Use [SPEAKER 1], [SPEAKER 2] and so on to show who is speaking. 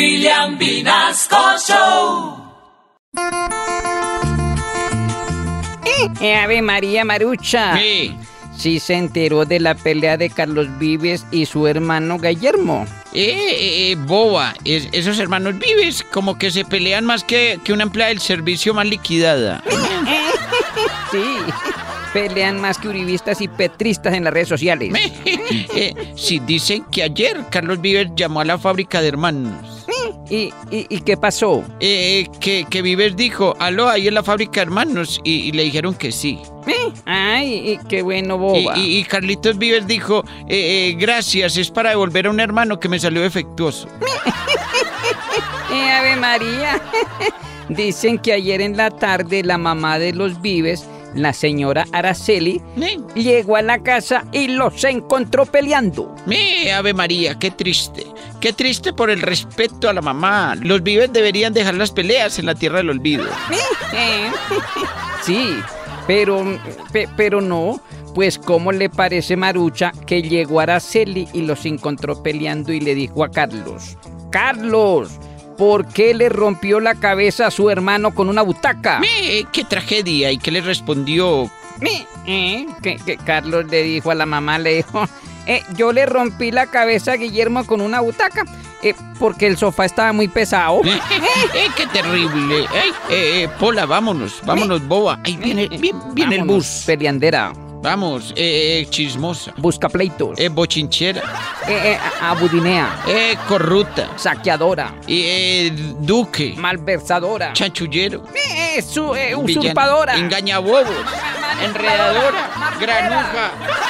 [SPEAKER 1] William Vinasco Show.
[SPEAKER 2] Eh, Ave María Marucha.
[SPEAKER 3] Sí,
[SPEAKER 2] Sí se enteró de la pelea de Carlos Vives y su hermano Guillermo.
[SPEAKER 3] eh, eh, boba, es- esos hermanos vives como que se pelean más que, que una empleada del servicio mal liquidada.
[SPEAKER 2] Sí. Pelean más que uribistas y petristas en las redes sociales.
[SPEAKER 3] Eh, si dicen que ayer Carlos Vives llamó a la fábrica de hermanos.
[SPEAKER 2] ¿Y, y, y qué pasó?
[SPEAKER 3] Eh, que, que Vives dijo, aló, ahí en la fábrica de hermanos, y, y le dijeron que sí.
[SPEAKER 2] Eh, Ay, y qué bueno
[SPEAKER 3] Y,
[SPEAKER 2] boba.
[SPEAKER 3] y- y Carlitos Vives dijo, eh, eh, gracias, es para devolver a un hermano que me salió defectuoso.
[SPEAKER 2] Eh, Ave María. Dicen que ayer en la tarde la mamá de los Vives, la señora Araceli,
[SPEAKER 3] Eh,
[SPEAKER 2] llegó a la casa y los encontró peleando.
[SPEAKER 3] Me, Ave María, qué triste. Qué triste por el respeto a la mamá. Los vives deberían dejar las peleas en la tierra del olvido.
[SPEAKER 2] Eh, Sí, pero, pe- pero no. Pues, ¿cómo le parece Marucha que llegó Araceli y los encontró peleando y le dijo a Carlos: Carlos, ¿por qué le rompió la cabeza a su hermano con una butaca?
[SPEAKER 3] Me, qué tragedia. ¿Y qué le respondió?
[SPEAKER 2] Mi- eh, que, que Carlos le dijo a la mamá, le dijo, "Eh, yo le rompí la cabeza a Guillermo con una butaca, eh, porque el sofá estaba muy pesado.
[SPEAKER 3] Eh, eh, qué terrible. Ay, eh, eh, Pola, vámonos. Vámonos, boba. Ahí viene, vi- viene el
[SPEAKER 2] Vámonos,
[SPEAKER 3] bus.
[SPEAKER 2] Peleandera,
[SPEAKER 3] Vamos, eh, eh, chismosa.
[SPEAKER 2] busca pleitos,
[SPEAKER 3] Eh, bochinchera.
[SPEAKER 2] eh, eh, abudinea,
[SPEAKER 3] Eh, corruta.
[SPEAKER 2] saqueadora,
[SPEAKER 3] Y, eh, duque.
[SPEAKER 2] malversadora,
[SPEAKER 3] Chanchullero.
[SPEAKER 2] eh, eh, su- eh,
[SPEAKER 3] villano,
[SPEAKER 2] usurpadora,
[SPEAKER 3] Engañabobos.
[SPEAKER 2] manipuladora,
[SPEAKER 3] Enredadora.
[SPEAKER 2] marquera.
[SPEAKER 3] Granuja.